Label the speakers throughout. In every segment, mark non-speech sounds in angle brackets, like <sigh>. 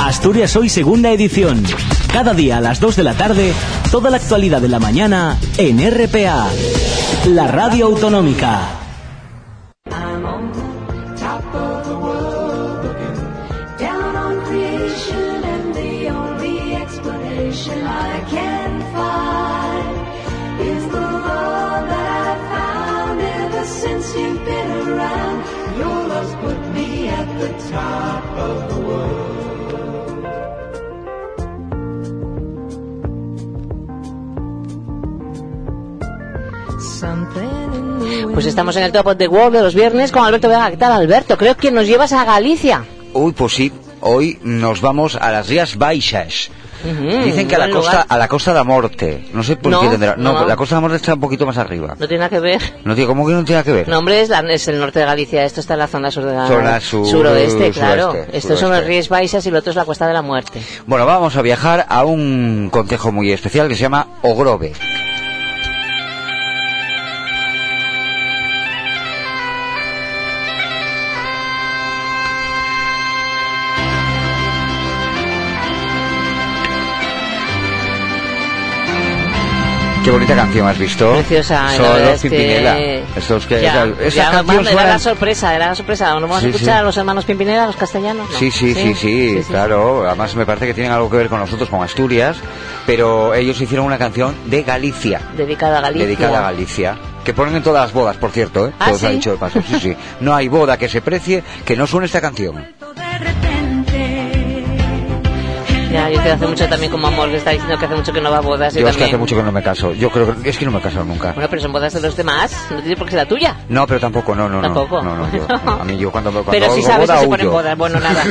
Speaker 1: Asturias Hoy Segunda Edición. Cada día a las 2 de la tarde, toda la actualidad de la mañana en RPA, la radio autonómica.
Speaker 2: Pues estamos en el Top of the World de los viernes con Alberto Vega. ¿Qué tal, Alberto? Creo que nos llevas a Galicia.
Speaker 3: Uy, pues sí. Hoy nos vamos a las Rías Baixas.
Speaker 2: Ujú,
Speaker 3: Dicen que a la
Speaker 2: Mm, buen
Speaker 3: costa,
Speaker 2: lugar.
Speaker 3: a la costa da Morte. No sé por
Speaker 2: No,
Speaker 3: qué tendrá. No,
Speaker 2: no.
Speaker 3: la costa da Morte está un poquito más arriba.
Speaker 2: No tiene nada que ver.
Speaker 3: No tiene, ¿cómo que no tiene nada que ver?
Speaker 2: No, hombre, es, la- es el norte de Galicia. Esto está en la zona sur de la-
Speaker 3: Zona sur-
Speaker 2: suroeste,
Speaker 3: suroeste,
Speaker 2: claro. Estos son
Speaker 3: suroeste.
Speaker 2: los Ríes Baixas y el otro es la Cuesta de la Muerte.
Speaker 3: Bueno, vamos a viajar a un concejo muy especial que se llama Ogrove. Qué bonita canción has visto.
Speaker 2: Preciosa. la
Speaker 3: Oh, Son
Speaker 2: verdad
Speaker 3: los
Speaker 2: es que-
Speaker 3: Pimpinela. Estos que
Speaker 2: Ya,
Speaker 3: esa- esa
Speaker 2: ya,
Speaker 3: canción
Speaker 2: vamos, era
Speaker 3: suena-
Speaker 2: la sorpresa, era la sorpresa. ¿No vamos a
Speaker 3: Sí,
Speaker 2: escuchar
Speaker 3: sí.
Speaker 2: a los hermanos Pimpinela, a los castellanos? No.
Speaker 3: Sí, sí, sí, sí, claro. Además me parece que tienen algo que ver con nosotros, con Asturias, pero ellos hicieron una canción de Galicia,
Speaker 2: Dedicada a Galicia.
Speaker 3: dedicada a Galicia, que ponen en todas las bodas, por cierto, ¿eh?
Speaker 2: ¿Ah,
Speaker 3: Todo se ha
Speaker 2: sí?
Speaker 3: dicho de paso. Sí, sí. No hay boda que se precie que no suene esta canción.
Speaker 4: de repente.
Speaker 2: Ya, yo te hace mucho también como amor, que está diciendo que hace mucho que no va a bodas. y
Speaker 3: Yo es que
Speaker 2: también-
Speaker 3: hace mucho que no me caso. Yo creo que es que no me he casado nunca.
Speaker 2: Bueno, pero son bodas de los demás, no tiene por qué ser la tuya.
Speaker 3: No, pero tampoco, no, no, no.
Speaker 2: Tampoco.
Speaker 3: No, no, yo, no. a mí yo cuando, cuando
Speaker 2: Pero sí
Speaker 3: oigo
Speaker 2: sabes
Speaker 3: boda,
Speaker 2: que se ponen
Speaker 3: huyo.
Speaker 2: bodas, bueno,
Speaker 3: <laughs>
Speaker 2: nada.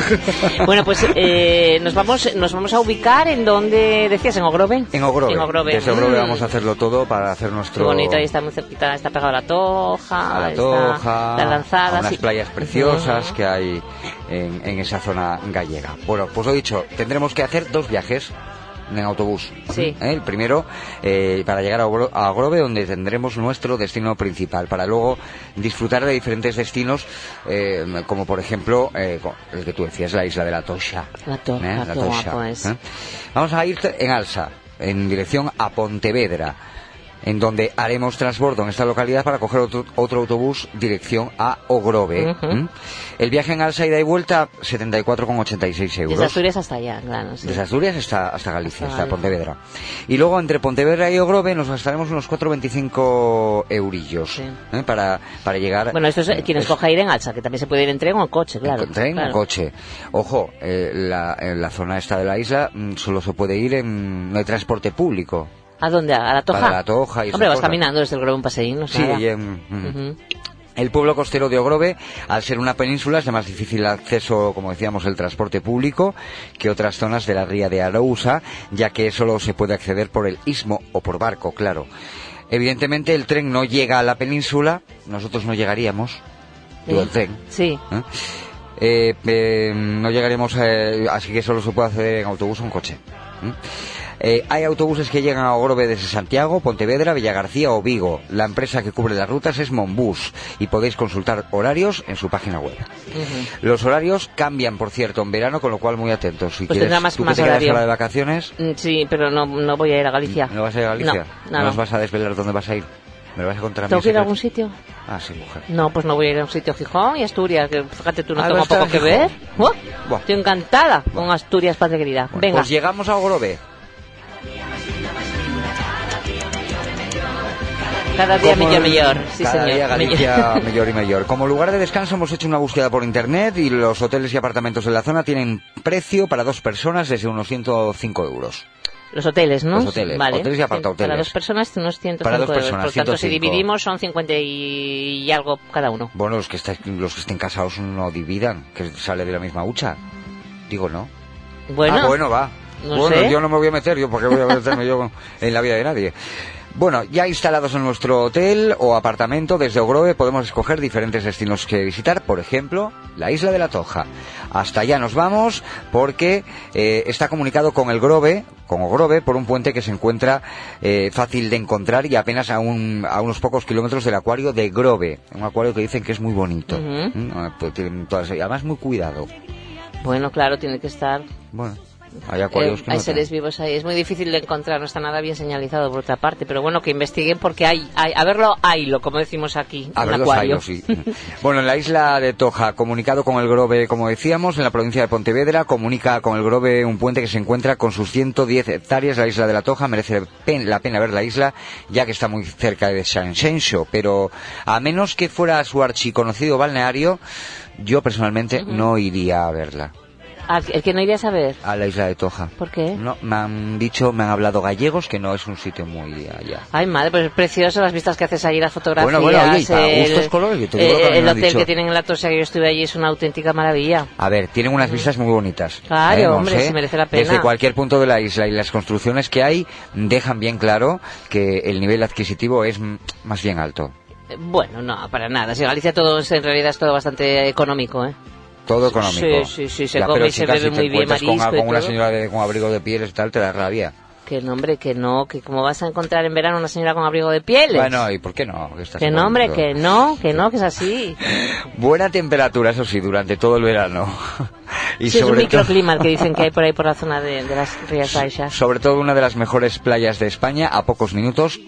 Speaker 2: bueno, pues eh, nos vamos nos vamos a ubicar en donde decías, en Ogrove.
Speaker 3: En Ogrove.
Speaker 2: En Ogrove.
Speaker 3: Desde Ogrove
Speaker 2: Mm,
Speaker 3: vamos a hacerlo todo para hacer
Speaker 2: Qué
Speaker 3: nuestro...
Speaker 2: bonito, ahí está muy cerquita, está pegado a la Toja.
Speaker 3: a la
Speaker 2: está
Speaker 3: Toja,
Speaker 2: La lanzada.
Speaker 3: a unas
Speaker 2: sí.
Speaker 3: playas preciosas
Speaker 2: Ujú.
Speaker 3: que hay en, en esa zona gallega. Bueno, pues lo dicho, tendremos que hacer dos viajes en autobús.
Speaker 2: Sí.
Speaker 3: ¿Eh? El primero eh, para llegar a, Ogro- a Grove, donde tendremos nuestro destino principal, para luego disfrutar de diferentes destinos, eh, como por ejemplo eh, co- el que tú decías, la isla de la Tosha.
Speaker 2: La To-
Speaker 3: ¿Eh?
Speaker 2: la Toja, pues.
Speaker 3: ¿eh? Vamos a ir en alza, en dirección a Pontevedra, en donde haremos transbordo en esta localidad para coger otro, otro autobús dirección a Ogrove.
Speaker 2: Ujú.
Speaker 3: ¿m? El viaje en alza, ida y vuelta, 74,86 euros.
Speaker 2: Desde Asturias hasta allá, claro. sí.
Speaker 3: Desde Asturias hasta, hasta Galicia,
Speaker 2: Hasta
Speaker 3: hasta, Pontevedra. Y luego entre Pontevedra y Ogrove nos gastaremos unos 4,25 eurillos
Speaker 2: Sí.
Speaker 3: ¿eh? para, para llegar...
Speaker 2: Bueno, esto es eh, quien
Speaker 3: Es-
Speaker 2: escoja ir en alza, que también se puede ir en tren o en coche, claro.
Speaker 3: en tren
Speaker 2: claro.
Speaker 3: o coche. Ojo, eh, la, en la zona esta de la isla mm, solo se puede ir en no hay transporte público.
Speaker 2: ¿A dónde? ¿A la Toja?
Speaker 3: Para la Toja
Speaker 2: Hombre,
Speaker 3: y esas
Speaker 2: vas
Speaker 3: cosas.
Speaker 2: caminando desde el Grove un paseín, no es
Speaker 3: Sí,
Speaker 2: nada.
Speaker 3: y en- mm.
Speaker 2: Ujú.
Speaker 3: El pueblo costero de Ogrove, al ser una península, es de más difícil acceso, como decíamos, el transporte público que otras zonas de la ría de Arousa, ya que solo se puede acceder por el istmo o por barco, claro. Evidentemente el tren no llega a la península, nosotros no llegaríamos, digo el tren,
Speaker 2: Sí.
Speaker 3: ¿eh? Eh, eh, no llegaremos, eh, así que solo se puede acceder en autobús o en coche. ¿eh? Eh, hay autobuses que llegan a Ogrove desde Santiago, Pontevedra, Villagarcía o Vigo. La empresa que cubre las rutas es Monbus y podéis consultar horarios en su página web. Los horarios cambian, por cierto, en verano, con lo cual muy atentos. Si
Speaker 2: Pues
Speaker 3: quieres,
Speaker 2: tendrá más-
Speaker 3: tú que
Speaker 2: más
Speaker 3: te quedas
Speaker 2: horario.
Speaker 3: ahora de vacaciones,
Speaker 2: Mm, Sí, pero no, no voy a ir a Galicia.
Speaker 3: ¿no vas a ir a Galicia?
Speaker 2: No, no, no.
Speaker 3: nos vas a desvelar dónde vas a ir? ¿Me lo vas a contar a mí
Speaker 2: ¿Tengo
Speaker 3: en
Speaker 2: que ir a
Speaker 3: secreto?
Speaker 2: algún sitio?
Speaker 3: Ah, sí, mujer.
Speaker 2: No, pues no voy a ir a un sitio Gijón y Asturias, que fíjate tú, no
Speaker 3: Ah,
Speaker 2: tengo
Speaker 3: vas a
Speaker 2: poco que
Speaker 3: estar en
Speaker 2: ver.
Speaker 3: Gijón.
Speaker 2: ¡Buah!
Speaker 3: Buah.
Speaker 2: Estoy encantada con Asturias, padre querida.
Speaker 3: Bueno,
Speaker 2: Venga.
Speaker 3: Pues llegamos a Ogrove.
Speaker 2: Cada día
Speaker 3: Como
Speaker 2: mejor,
Speaker 3: el-
Speaker 2: mejor. Sí,
Speaker 3: cada
Speaker 2: señor.
Speaker 3: día
Speaker 2: <laughs>
Speaker 3: Galicia
Speaker 2: Mejor.
Speaker 3: mejor y mejor. Como lugar de descanso hemos hecho una búsqueda por internet y los hoteles y apartamentos en la zona tienen precio para dos personas desde unos 105 euros.
Speaker 2: Los hoteles, ¿no?
Speaker 3: Los hoteles,
Speaker 2: Vale.
Speaker 3: hoteles y apartahoteles.
Speaker 2: Para dos personas, unos 105
Speaker 3: Para dos personas,
Speaker 2: euros. Por tanto, si
Speaker 3: 105.
Speaker 2: dividimos, son 50 y algo cada uno.
Speaker 3: Bueno, los que, estáis- los que estén casados no dividan, que sale de la misma hucha. Digo, ¿no?
Speaker 2: Bueno,
Speaker 3: Ah, bueno, va.
Speaker 2: no
Speaker 3: bueno,
Speaker 2: sé.
Speaker 3: yo no me voy a meter, yo porque voy a meterme
Speaker 2: <laughs>
Speaker 3: yo en la vida de nadie. Bueno, ya instalados en nuestro hotel o apartamento desde Ogrove podemos escoger diferentes destinos que visitar, por ejemplo, la isla de la Toja. Hasta allá nos vamos porque eh, está comunicado con el Grove, con Ogrove, por un puente que se encuentra eh, fácil de encontrar y apenas a, un- a unos pocos kilómetros del acuario de Grove, un acuario que dicen que es muy bonito.
Speaker 2: Ujú.
Speaker 3: Mm, ah, pues tienen todas- y además muy cuidado.
Speaker 2: Bueno, claro, tiene que estar.
Speaker 3: Bueno, hay acuarios
Speaker 2: Eh,
Speaker 3: que no
Speaker 2: hay
Speaker 3: tienen.
Speaker 2: seres vivos ahí. Es muy difícil de encontrar, no está nada bien señalizado por otra parte. Pero bueno, que investiguen porque hay, hay a verlo, haylo, como decimos aquí.
Speaker 3: A
Speaker 2: un
Speaker 3: ver, los
Speaker 2: acuario.
Speaker 3: hayos, sí. <laughs> Bueno, en la isla de Toja, comunicado con el Grove, como decíamos, en la provincia de Pontevedra, comunica con el Grove un puente que se encuentra con sus 110 hectáreas. La isla de la Toja merece pen- la pena ver la isla, ya que está muy cerca de San Xenxo, pero a menos que fuera su archiconocido balneario, yo personalmente no iría a verla,
Speaker 2: Ah, el que no iría a saber.
Speaker 3: a la isla de Toja.
Speaker 2: ¿Por qué?
Speaker 3: No, me han dicho, me han hablado gallegos que no es un sitio muy allá.
Speaker 2: Ay, madre, pues es precioso las vistas que haces allí, las fotografías.
Speaker 3: Bueno, bueno, oye, y para
Speaker 2: el- eh,
Speaker 3: gustos colores, yo te digo lo que a mí
Speaker 2: el
Speaker 3: me han
Speaker 2: hotel
Speaker 3: dicho.
Speaker 2: que tienen en la Tosia que yo estuve allí es una auténtica maravilla.
Speaker 3: A ver, tienen unas vistas muy bonitas.
Speaker 2: Mm.
Speaker 3: ¿eh?
Speaker 2: Claro,
Speaker 3: No
Speaker 2: hombre,
Speaker 3: sé,
Speaker 2: sí merece la pena.
Speaker 3: Desde cualquier punto de la isla y las construcciones que hay dejan bien claro que el nivel adquisitivo es mm, más bien alto.
Speaker 2: Eh, Bueno, no, para nada. Si Galicia todo es- en realidad es todo bastante económico, ¿eh?
Speaker 3: Todo económico.
Speaker 2: sí, sí, se come
Speaker 3: pero
Speaker 2: y se
Speaker 3: chica,
Speaker 2: bebe
Speaker 3: si
Speaker 2: muy bien,
Speaker 3: te encuentras con,
Speaker 2: marisco y
Speaker 3: con una
Speaker 2: todo.
Speaker 3: señora de- con abrigo de pieles y tal, te da rabia.
Speaker 2: Que no, hombre, que no, que como vas a encontrar en verano una señora con abrigo de pieles.
Speaker 3: Bueno, ¿y por qué no? Que estás
Speaker 2: que
Speaker 3: en
Speaker 2: no, hombre,
Speaker 3: abrigo.
Speaker 2: que no, que no, que es así.
Speaker 3: Buena temperatura, eso sí, durante todo el verano. <laughs> y
Speaker 2: Sí, es un
Speaker 3: sobre todo-
Speaker 2: microclima
Speaker 3: <laughs>
Speaker 2: el que dicen que hay por ahí por la zona de, de las Rías Baixas.
Speaker 3: Sobre todo una de las mejores playas de España, a pocos minutos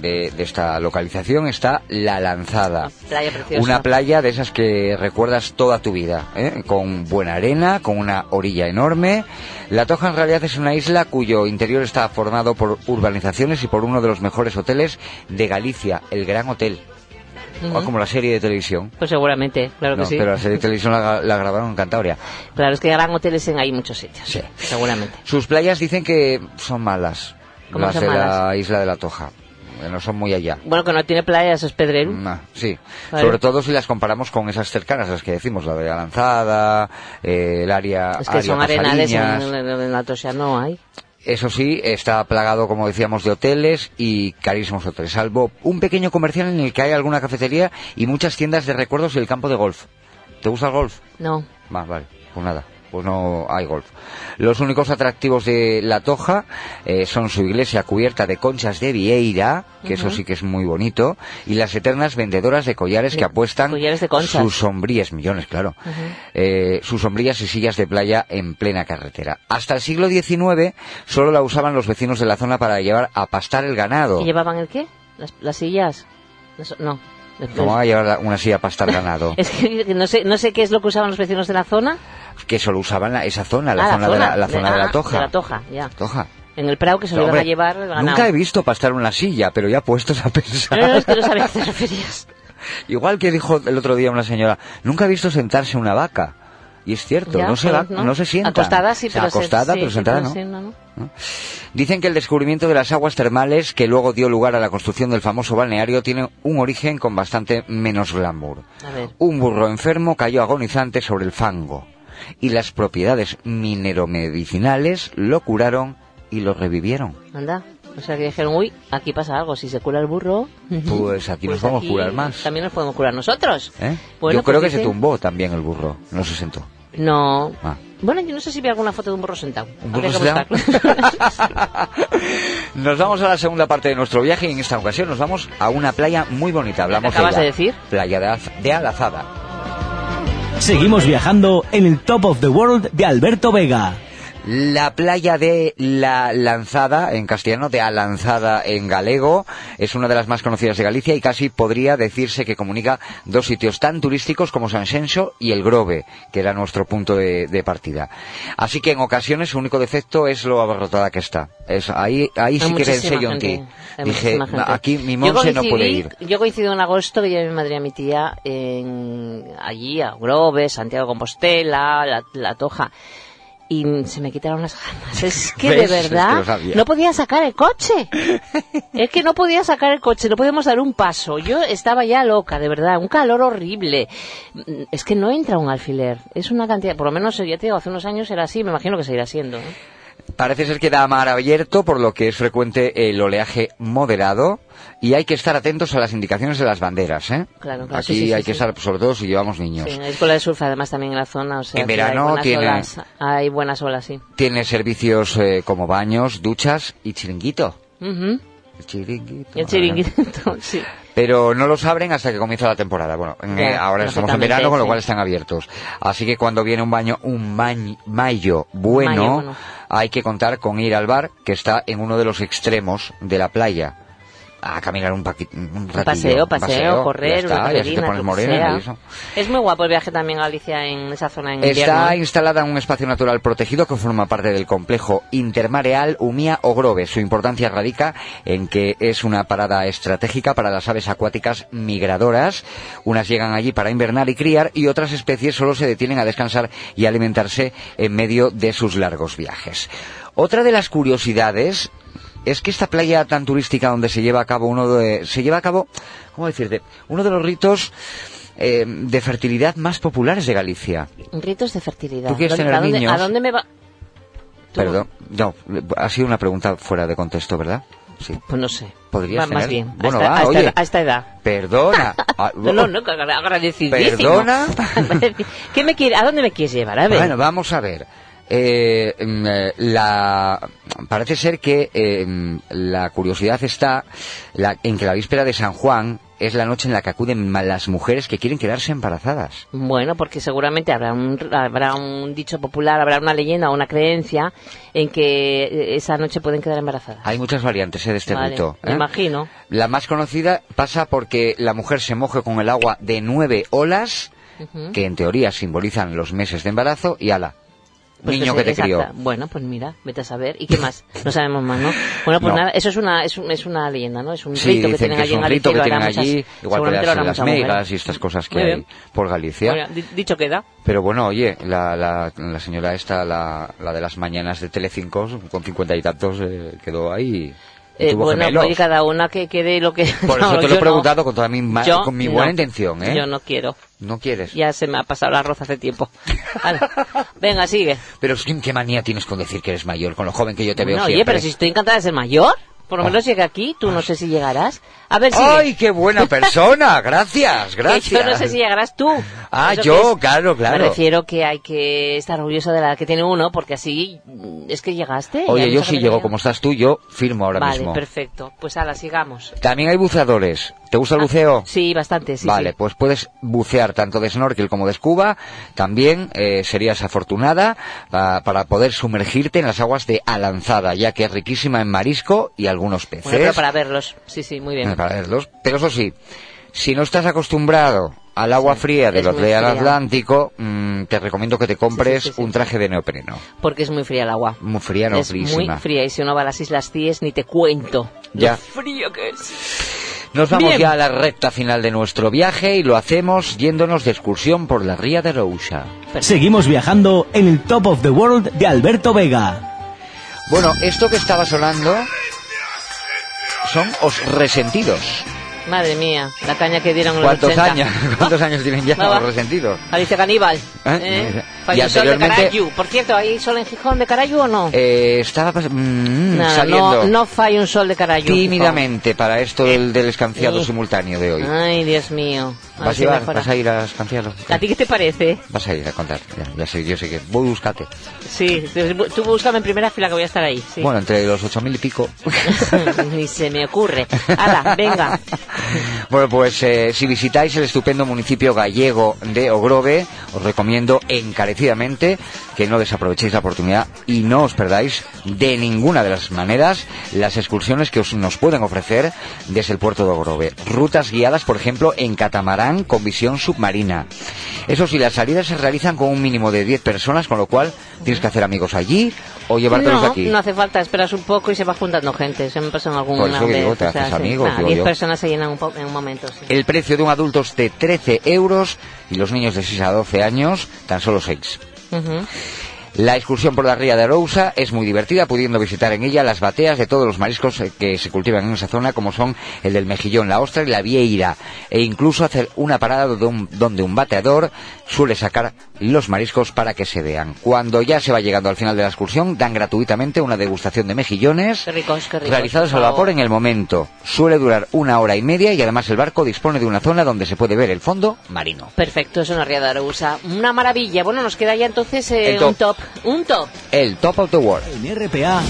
Speaker 3: de, de esta localización, está La Lanzada.
Speaker 2: Una playa preciosa.
Speaker 3: Una playa de esas que recuerdas toda tu vida, ¿eh? con buena arena, con una orilla enorme. La Toja en realidad es una isla cuyo interior está formado por urbanizaciones y por uno de los mejores hoteles de Galicia, el Gran Hotel. O como la serie de televisión.
Speaker 2: Pues seguramente, claro que
Speaker 3: No,
Speaker 2: sí.
Speaker 3: Pero la serie de televisión la- la grabaron en Cantabria.
Speaker 2: Claro, es que gran hoteles en hay muchos sitios. Seguramente.
Speaker 3: Sus playas dicen que son malas.
Speaker 2: ¿Cómo
Speaker 3: las
Speaker 2: son
Speaker 3: de la
Speaker 2: malas?
Speaker 3: isla de la Toja. Eh, No son muy allá.
Speaker 2: Bueno, que no tiene playa, eso es Pedrero.
Speaker 3: Mm, ah, sí,
Speaker 2: Vale.
Speaker 3: sobre todo si las comparamos con esas cercanas, las que decimos, la de la lanzada, eh, el área.
Speaker 2: Es que
Speaker 3: área
Speaker 2: son arenales, en,
Speaker 3: Pasariñas.
Speaker 2: en- en la Tosia no hay.
Speaker 3: Eso sí, está plagado, como decíamos, de hoteles y carísimos hoteles, salvo un pequeño comercial en el que hay alguna cafetería y muchas tiendas de recuerdos y el campo de golf. ¿Te gusta el golf?
Speaker 2: No.
Speaker 3: Va, vale, pues nada, pues no hay golf. Los únicos atractivos de La Toja eh, son su iglesia cubierta de conchas de vieira, que eso sí que es muy bonito, y las eternas vendedoras de collares
Speaker 2: De-
Speaker 3: que apuestan
Speaker 2: collares de conchas.
Speaker 3: sus sombrías, millones, claro, eh, sus sombrías y sillas de playa en plena carretera. Hasta el siglo XIX solo la usaban los vecinos de la zona para llevar a pastar el ganado.
Speaker 2: ¿Y llevaban el qué? ¿Las, las sillas? Las- no.
Speaker 3: ¿Cómo va a llevar la- una silla a pastar ganado?
Speaker 2: <laughs> Es que no sé, no sé qué es lo que usaban los vecinos de la zona.
Speaker 3: que solo usaban la- esa zona, la
Speaker 2: Ah,
Speaker 3: zona, de la, la zona de,
Speaker 2: ah,
Speaker 3: la Toja.
Speaker 2: De la Toja, ya.
Speaker 3: Toja.
Speaker 2: En el Prado que se lo iban
Speaker 3: Hombre,
Speaker 2: a llevar el ganado.
Speaker 3: Nunca he visto pastar una silla, pero ya puestos a pensar. <laughs>
Speaker 2: No, no, <laughs> es que no sabía a qué te referías.
Speaker 3: Igual que dijo el otro día una señora, nunca he visto sentarse una vaca. Y es cierto,
Speaker 2: Ya,
Speaker 3: no, se
Speaker 2: joder,
Speaker 3: va- no se sienta.
Speaker 2: Acostada sí,
Speaker 3: O sea,
Speaker 2: pero se-
Speaker 3: acostada,
Speaker 2: sí,
Speaker 3: pero sentada no.
Speaker 2: sí, no.
Speaker 3: Dicen que el descubrimiento de las aguas termales que luego dio lugar a la construcción del famoso balneario tiene un origen con bastante menos glamour.
Speaker 2: A ver.
Speaker 3: Un burro enfermo cayó agonizante sobre el fango y las propiedades mineromedicinales lo curaron y lo revivieron.
Speaker 2: Anda. O sea que dijeron, uy, aquí pasa algo. Si se cura el burro.
Speaker 3: Pues aquí nos vamos a curar más.
Speaker 2: También nos podemos curar nosotros.
Speaker 3: ¿Eh?
Speaker 2: Bueno,
Speaker 3: Yo creo
Speaker 2: pues
Speaker 3: que se
Speaker 2: dicen-
Speaker 3: tumbó también el burro, no se sentó.
Speaker 2: No.
Speaker 3: Ah.
Speaker 2: Bueno, yo no sé si vi alguna foto de un burro sentado.
Speaker 3: ¿Un
Speaker 2: Habría
Speaker 3: burro
Speaker 2: que
Speaker 3: sentado?
Speaker 2: <laughs> buscarlo.
Speaker 3: Nos vamos a la segunda parte de nuestro viaje y en esta ocasión nos vamos a una playa muy bonita. Hablamos
Speaker 2: acabas
Speaker 3: ella.
Speaker 2: de decir?
Speaker 3: Playa de, Alaz- de Alazada.
Speaker 1: Seguimos viajando en el Top of the World de Alberto Vega.
Speaker 3: La playa de La Lanzada, en castellano, de Alanzada en galego, es una de las más conocidas de Galicia y casi podría decirse que comunica dos sitios tan turísticos como San Senso y El Grove, que era nuestro punto de, de partida. Así que en ocasiones su único defecto es lo abarrotada que está. Es, ahí ahí
Speaker 2: Hay
Speaker 3: sí que
Speaker 2: muchísima
Speaker 3: pensé yo en
Speaker 2: gente,
Speaker 3: ti.
Speaker 2: hay
Speaker 3: Dije,
Speaker 2: muchísima gente.
Speaker 3: aquí mi
Speaker 2: Yo
Speaker 3: monse no
Speaker 2: coincidí-
Speaker 3: puede ir.
Speaker 2: Yo coincido en agosto que llevé a mi madre y a mi tía en, allí, a Grove, Santiago de Compostela, la, la Toja. Y se me quitaron las ganas.
Speaker 3: <laughs>
Speaker 2: Es que de
Speaker 3: ¿Ves? Es que
Speaker 2: verdad
Speaker 3: lo sabía.
Speaker 2: no podía sacar el coche. es que no podía sacar el coche, no podíamos dar un paso. Yo estaba ya loca, de verdad. Un calor horrible. Mm, Es que no entra un alfiler. Es una cantidad, por lo menos ya te digo, hace unos años era así, me imagino que seguirá siendo. ¿eh?
Speaker 3: Parece ser que da mar abierto, por lo que es frecuente el oleaje moderado. Y hay que estar atentos a las indicaciones de las banderas, ¿eh?
Speaker 2: Claro, claro,
Speaker 3: Aquí
Speaker 2: sí, sí, sí,
Speaker 3: hay
Speaker 2: sí.
Speaker 3: que estar, sobre todo si llevamos niños.
Speaker 2: Sí, hay escuela de surf además también en la zona. O sea,
Speaker 3: En
Speaker 2: que
Speaker 3: verano
Speaker 2: hay buenas
Speaker 3: tiene-
Speaker 2: olas. Hay buenas olas, sí.
Speaker 3: Tiene servicios eh, como baños, duchas y chiringuito.
Speaker 2: Ujú.
Speaker 3: El chiringuito.
Speaker 2: Y el chiringuito, <laughs> sí.
Speaker 3: Pero no los abren hasta que comienza la temporada. Bueno, en-
Speaker 2: Ya,
Speaker 3: eh, ahora estamos en verano,
Speaker 2: lógicamente,
Speaker 3: con lo
Speaker 2: sí.
Speaker 3: cual están abiertos. Así que cuando viene un baño, un mañ- mayo bueno,
Speaker 2: Mayo bueno.
Speaker 3: hay que contar con ir al bar, que está en uno de los extremos de la playa. A caminar un, paqui- un ratillo,
Speaker 2: paseo, paseo,
Speaker 3: un ya
Speaker 2: correr,
Speaker 3: está,
Speaker 2: una
Speaker 3: y así te
Speaker 2: cafeína,
Speaker 3: pones
Speaker 2: lo que
Speaker 3: morena y
Speaker 2: sea.
Speaker 3: eso.
Speaker 2: Es muy guapo el viaje también a Galicia en esa zona en invierno.
Speaker 3: Está
Speaker 2: ¿eh?
Speaker 3: instalada en un espacio natural protegido que forma parte del complejo intermareal Umía Ogrove. Su importancia radica en que es una parada estratégica para las aves acuáticas migradoras. Unas llegan allí para invernar y criar y otras especies solo se detienen a descansar y alimentarse en medio de sus largos viajes. Otra de las curiosidades es que esta playa tan turística donde se lleva a cabo uno de, se lleva a cabo, ¿cómo decirte? Uno de los ritos eh, de fertilidad más populares de Galicia.
Speaker 2: Ritos de fertilidad.
Speaker 3: ¿Tú quieres
Speaker 2: ¿Dónde-
Speaker 3: tener
Speaker 2: a dónde,
Speaker 3: niños?
Speaker 2: ¿A dónde me va? Tú-
Speaker 3: Perdón, no, ha sido una pregunta fuera de contexto, ¿verdad? Sí.
Speaker 2: Pues no sé.
Speaker 3: Podrías
Speaker 2: Va- Más
Speaker 3: tener-
Speaker 2: bien.
Speaker 3: Bueno,
Speaker 2: a, esta,
Speaker 3: va,
Speaker 2: a esta-
Speaker 3: oye.
Speaker 2: a esta edad. <laughs>
Speaker 3: Perdona. Ah,
Speaker 2: No, no, no, que agra- agradecidísimo. <laughs>
Speaker 3: Perdona.
Speaker 2: ¿Qué me quiere, ¿A dónde me quieres llevar? A ver.
Speaker 3: Bueno, vamos a ver. Eh, mm, eh, la parece ser que eh, mm, la curiosidad está la- en que la víspera de San Juan es la noche en la que acuden ma- las mujeres que quieren quedarse embarazadas.
Speaker 2: Bueno, porque seguramente habrá un, habrá un dicho popular, habrá una leyenda o una creencia en que eh, esa noche pueden quedar embarazadas.
Speaker 3: Hay muchas variantes eh, de este
Speaker 2: Vale,
Speaker 3: rito.
Speaker 2: me
Speaker 3: ¿eh?
Speaker 2: imagino.
Speaker 3: La más conocida pasa porque la mujer se moje con el agua de nueve olas,
Speaker 2: Ujú.
Speaker 3: que en teoría simbolizan los meses de embarazo, y ala.
Speaker 2: Pues
Speaker 3: niño
Speaker 2: pues,
Speaker 3: que te crió.
Speaker 2: exacta. Bueno, pues mira, vete a saber. ¿Y qué más? No sabemos más, ¿no? Bueno, pues
Speaker 3: No.
Speaker 2: nada, eso es una, es, un- es una leyenda, ¿no? Es un
Speaker 3: Sí,
Speaker 2: rito que
Speaker 3: dicen
Speaker 2: tienen
Speaker 3: que es
Speaker 2: allí en
Speaker 3: un
Speaker 2: Galicia.
Speaker 3: rito
Speaker 2: y
Speaker 3: que
Speaker 2: lo
Speaker 3: tienen
Speaker 2: harán
Speaker 3: allí,
Speaker 2: muchas-
Speaker 3: igual que
Speaker 2: seguramente lo
Speaker 3: las,
Speaker 2: harán
Speaker 3: las
Speaker 2: muchas mujeres.
Speaker 3: meigas y estas cosas que
Speaker 2: Muy
Speaker 3: hay
Speaker 2: bien.
Speaker 3: por Galicia.
Speaker 2: Bueno, di- dicho queda.
Speaker 3: Pero bueno, oye, la, la, la señora esta, la, la de las mañanas de Telecinco, con cincuenta y tantos, eh, quedó ahí. y
Speaker 2: Eh,
Speaker 3: tuvo
Speaker 2: bueno,
Speaker 3: gemelos.
Speaker 2: pues cada una que quede lo que...
Speaker 3: Por eso te
Speaker 2: yo <laughs>
Speaker 3: lo he
Speaker 2: no.
Speaker 3: preguntado con toda mi, ma-
Speaker 2: Yo
Speaker 3: con mi
Speaker 2: no.
Speaker 3: buena intención, ¿eh?
Speaker 2: Yo no quiero.
Speaker 3: No quieres.
Speaker 2: Ya se me ha pasado la roza hace tiempo.
Speaker 3: <laughs>
Speaker 2: Hala. Venga, sigue.
Speaker 3: Pero es que, ¿qué manía tienes con decir que eres mayor, con lo joven que yo te veo
Speaker 2: no, oye,
Speaker 3: siempre? Ah.
Speaker 2: pero si estoy encantada de ser mayor, por lo menos llega aquí, tú no sé si llegarás. A ver, sigue.
Speaker 3: ¡Ay,
Speaker 2: <laughs>
Speaker 3: qué buena persona! Gracias,
Speaker 2: Que
Speaker 3: gracias.
Speaker 2: Yo no sé si llegarás tú.
Speaker 3: Ah,
Speaker 2: Eso
Speaker 3: yo,
Speaker 2: que es-
Speaker 3: claro, claro.
Speaker 2: Me refiero que hay que estar orgulloso de la edad que tiene uno, porque así mm, es que llegaste. y
Speaker 3: Oye,
Speaker 2: hay
Speaker 3: yo
Speaker 2: mucha
Speaker 3: si
Speaker 2: gente
Speaker 3: llego
Speaker 2: que
Speaker 3: como
Speaker 2: no.
Speaker 3: estás tú, yo firmo ahora
Speaker 2: Vale,
Speaker 3: mismo.
Speaker 2: perfecto. Pues ahora sigamos. Ah,
Speaker 3: También hay buceadores. ¿Te gusta el buceo?
Speaker 2: Sí, bastante, sí.
Speaker 3: vale,
Speaker 2: sí.
Speaker 3: pues puedes bucear tanto de snorkel como de escuba. También eh, serías afortunada ah, para poder sumergirte en las aguas de Alanzada, ya que es riquísima en marisco y algunos peces.
Speaker 2: Bueno, pero para verlos. Sí, sí, muy bien.
Speaker 3: Eh, para verlos. Pero eso sí, si no estás acostumbrado al agua fría de
Speaker 2: es
Speaker 3: los
Speaker 2: muy
Speaker 3: del
Speaker 2: fría.
Speaker 3: Atlántico, mm, te recomiendo que te compres
Speaker 2: Sí, sí, sí, sí.
Speaker 3: un traje de neopreno.
Speaker 2: Porque es muy fría el agua.
Speaker 3: Muy fría, no
Speaker 2: es muy
Speaker 3: frísima.
Speaker 2: fría. Y si uno va a las Islas Cíes, ni te cuento.
Speaker 3: Ya.
Speaker 2: Lo frío que es.
Speaker 3: Nos vamos
Speaker 2: Bien.
Speaker 3: ya a la recta final de nuestro viaje y lo hacemos yéndonos de excursión por la ría de Rousa.
Speaker 1: Seguimos viajando en el Top of the World de Alberto Vega.
Speaker 3: Bueno, esto que estaba sonando son os resentidos.
Speaker 2: Madre mía, la caña que dieron en los
Speaker 3: ¿Cuántos
Speaker 2: 80. <laughs>
Speaker 3: años? ¿Cuántos años tienen ya
Speaker 2: Va, va.
Speaker 3: los resentidos?
Speaker 2: Alicia Caníbal.
Speaker 3: ¿Eh?
Speaker 2: ¿eh?
Speaker 3: Y
Speaker 2: Falleció el
Speaker 3: anteriormente-
Speaker 2: de Carayu. Por cierto, ¿hay sol en Gijón de Carayu o no?
Speaker 3: Eh, estaba pas- mm,
Speaker 2: Nada,
Speaker 3: saliendo
Speaker 2: no, no falla un sol de Carayu.
Speaker 3: tímidamente para esto del, del escanciado
Speaker 2: Sí.
Speaker 3: simultáneo de hoy.
Speaker 2: Gijón. Ay, Dios mío. A ver
Speaker 3: Vas, a
Speaker 2: si
Speaker 3: llevar-
Speaker 2: Eh, ah, mejora.
Speaker 3: vas a ir a escanciarlo.
Speaker 2: ¿A ti qué te parece?
Speaker 3: Vas a ir a contar. Ya, ya sé, yo sé que. Voy búscate.
Speaker 2: Sí, tú- tú búscame en primera fila que voy a estar ahí. sí.
Speaker 3: Bueno, entre los ocho mil y pico.
Speaker 2: <laughs> Ni se me ocurre. Hala,
Speaker 3: <laughs>
Speaker 2: venga.
Speaker 3: Bueno, pues eh, si visitáis el estupendo municipio gallego de Ogrove, os recomiendo encarecidamente que no desaprovechéis la oportunidad y no os perdáis de ninguna de las maneras las excursiones que os, nos pueden ofrecer desde el puerto de Ogrove. Rutas guiadas, por ejemplo, en catamarán con visión submarina. Eso sí, las salidas se realizan con un mínimo de 10 personas, con lo cual tienes que hacer amigos allí o llevártelos
Speaker 2: no,
Speaker 3: aquí.
Speaker 2: no hace falta, esperas un poco y se va juntando gente. Se me pasó en algún
Speaker 3: Por eso que
Speaker 2: vez,
Speaker 3: digo, te
Speaker 2: o sea,
Speaker 3: haces
Speaker 2: sí.
Speaker 3: amigos,
Speaker 2: Nada,
Speaker 3: digo
Speaker 2: diez
Speaker 3: yo.
Speaker 2: personas se llenan un po- en un momento. sí.
Speaker 3: El precio de un adulto es de 13 euros y los niños de 6 a 12 años tan solo 6.
Speaker 2: Ujú.
Speaker 3: La excursión por la ría de Arousa es muy divertida, pudiendo visitar en ella las bateas de todos los mariscos eh, que se cultivan en esa zona, como son el del mejillón, la ostra y la vieira, e incluso hacer una parada donde un, donde un bateador suele sacar los mariscos para que se vean. Cuando ya se va llegando al final de la excursión, dan gratuitamente una degustación de mejillones
Speaker 2: Qué ricos, qué ricos,
Speaker 3: realizados
Speaker 2: por
Speaker 3: al vapor
Speaker 2: favor.
Speaker 3: en el momento. Suele durar una hora y media y además el barco dispone de una zona donde se puede ver el fondo marino.
Speaker 2: Perfecto, eso no ría de Arousa. Una maravilla. Bueno, nos queda ya entonces eh,
Speaker 3: El top.
Speaker 2: un top. Un top.
Speaker 3: El top of the world.
Speaker 1: En RPA,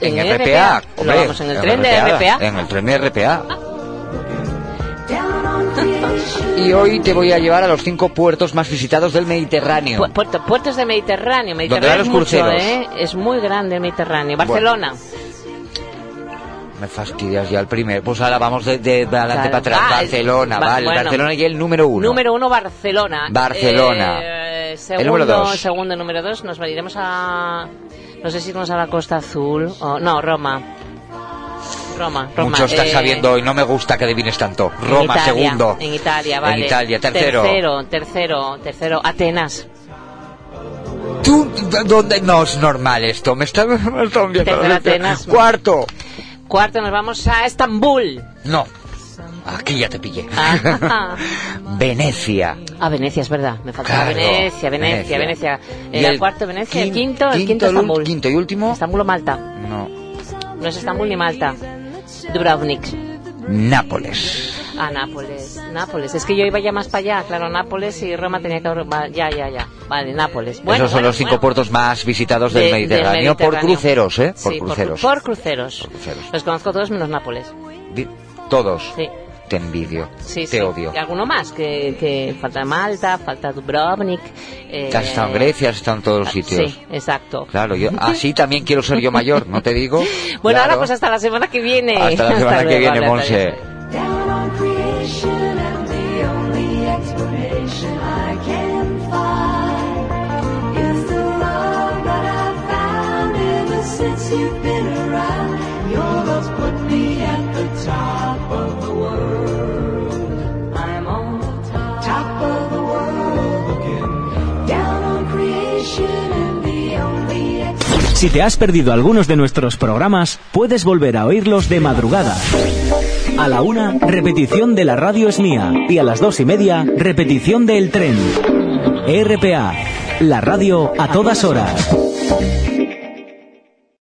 Speaker 3: En,
Speaker 2: el
Speaker 3: RPA,
Speaker 2: Lo
Speaker 3: hombre.
Speaker 2: vamos en el tren de RPA.
Speaker 3: En el tren de RPA. Y hoy te voy a llevar a los cinco puertos más visitados del Mediterráneo.
Speaker 2: Pu- puerto- puertos de Mediterráneo.
Speaker 3: Donde van
Speaker 2: Mediterráneo
Speaker 3: los
Speaker 2: es mucho,
Speaker 3: cruceros.
Speaker 2: ¿eh? Es muy grande el Mediterráneo. Barcelona.
Speaker 3: Me fastidias ya el primer. Pues ahora vamos de, de adelante
Speaker 2: Claro.
Speaker 3: para atrás.
Speaker 2: Ah,
Speaker 3: Barcelona,
Speaker 2: va-
Speaker 3: vale.
Speaker 2: bueno.
Speaker 3: Barcelona y el número uno.
Speaker 2: Número uno, Barcelona.
Speaker 3: Barcelona.
Speaker 2: Eh,
Speaker 3: El
Speaker 2: segundo,
Speaker 3: número dos.
Speaker 2: segundo, número dos. Nos iremos a... No sé si irnos a la Costa Azul. o- no, Roma. Roma, Roma.
Speaker 3: Mucho estás
Speaker 2: eh,
Speaker 3: sabiendo y no me gusta que adivines tanto.
Speaker 2: en
Speaker 3: Roma,
Speaker 2: Italia,
Speaker 3: segundo.
Speaker 2: En Italia, vale.
Speaker 3: En Italia, tercero.
Speaker 2: Tercero, tercero, tercero. Atenas.
Speaker 3: ¿Tú dónde? No es normal esto. Me está, me está hundiendo.
Speaker 2: Tercera Atenas.
Speaker 3: Cuarto.
Speaker 2: Cuarto, nos vamos a Estambul.
Speaker 3: No. Aquí ya te pillé.
Speaker 2: Ah.
Speaker 3: <laughs> Venecia.
Speaker 2: A Venecia, es verdad. Me faltaba
Speaker 3: Claro,
Speaker 2: Venecia, Venecia, Venecia.
Speaker 3: Y
Speaker 2: Era el cuarto Venecia, el quinto, el quinto
Speaker 3: el ul-
Speaker 2: Estambul.
Speaker 3: Quinto y último.
Speaker 2: Estambul o Malta.
Speaker 3: No.
Speaker 2: No es Estambul ni Malta. Dubrovnik.
Speaker 3: Nápoles.
Speaker 2: A Ah, Nápoles. Nápoles. Es que yo iba ya más para allá. Claro, Nápoles y Roma tenía que... va- Ya, ya, ya. Vale, Nápoles. Bueno,
Speaker 3: Esos son
Speaker 2: bueno,
Speaker 3: los cinco
Speaker 2: bueno.
Speaker 3: puertos más visitados
Speaker 2: De-
Speaker 3: del Mediterráneo, por
Speaker 2: Mediterráneo.
Speaker 3: cruceros, ¿eh? Por
Speaker 2: Sí, cru-
Speaker 3: cruceros.
Speaker 2: Por, cruceros.
Speaker 3: Por cruceros.
Speaker 2: Los conozco todos menos Nápoles.
Speaker 3: Di- Todos.
Speaker 2: Sí.
Speaker 3: Te envidio.
Speaker 2: Sí,
Speaker 3: te
Speaker 2: sí.
Speaker 3: odio.
Speaker 2: Y alguno más, que, que falta Malta, falta Dubrovnik. Eh,
Speaker 3: Has estado en Grecia, has estado en todos los sitios.
Speaker 2: Ah, Sí, exacto.
Speaker 3: Claro, yo así también quiero ser yo mayor, ¿no te digo?
Speaker 2: <laughs> Bueno,
Speaker 3: Claro.
Speaker 2: ahora pues hasta la semana que viene. <laughs>
Speaker 3: Hasta la semana que
Speaker 2: luego,
Speaker 3: viene,
Speaker 2: Natalia.
Speaker 3: Monse.
Speaker 4: Down on creation and the only explanation I can find is the love that I found ever since you've been around. Your love's put me at the top of the world. I'm on top, top of the world again. Down on creation and the only explanation.
Speaker 1: Si te has perdido algunos de nuestros programas, puedes volver a oírlos de madrugada. A la una, repetición de La Radio Es Mía. Y a las dos y media, repetición de El Tren. RPA, la radio a todas horas.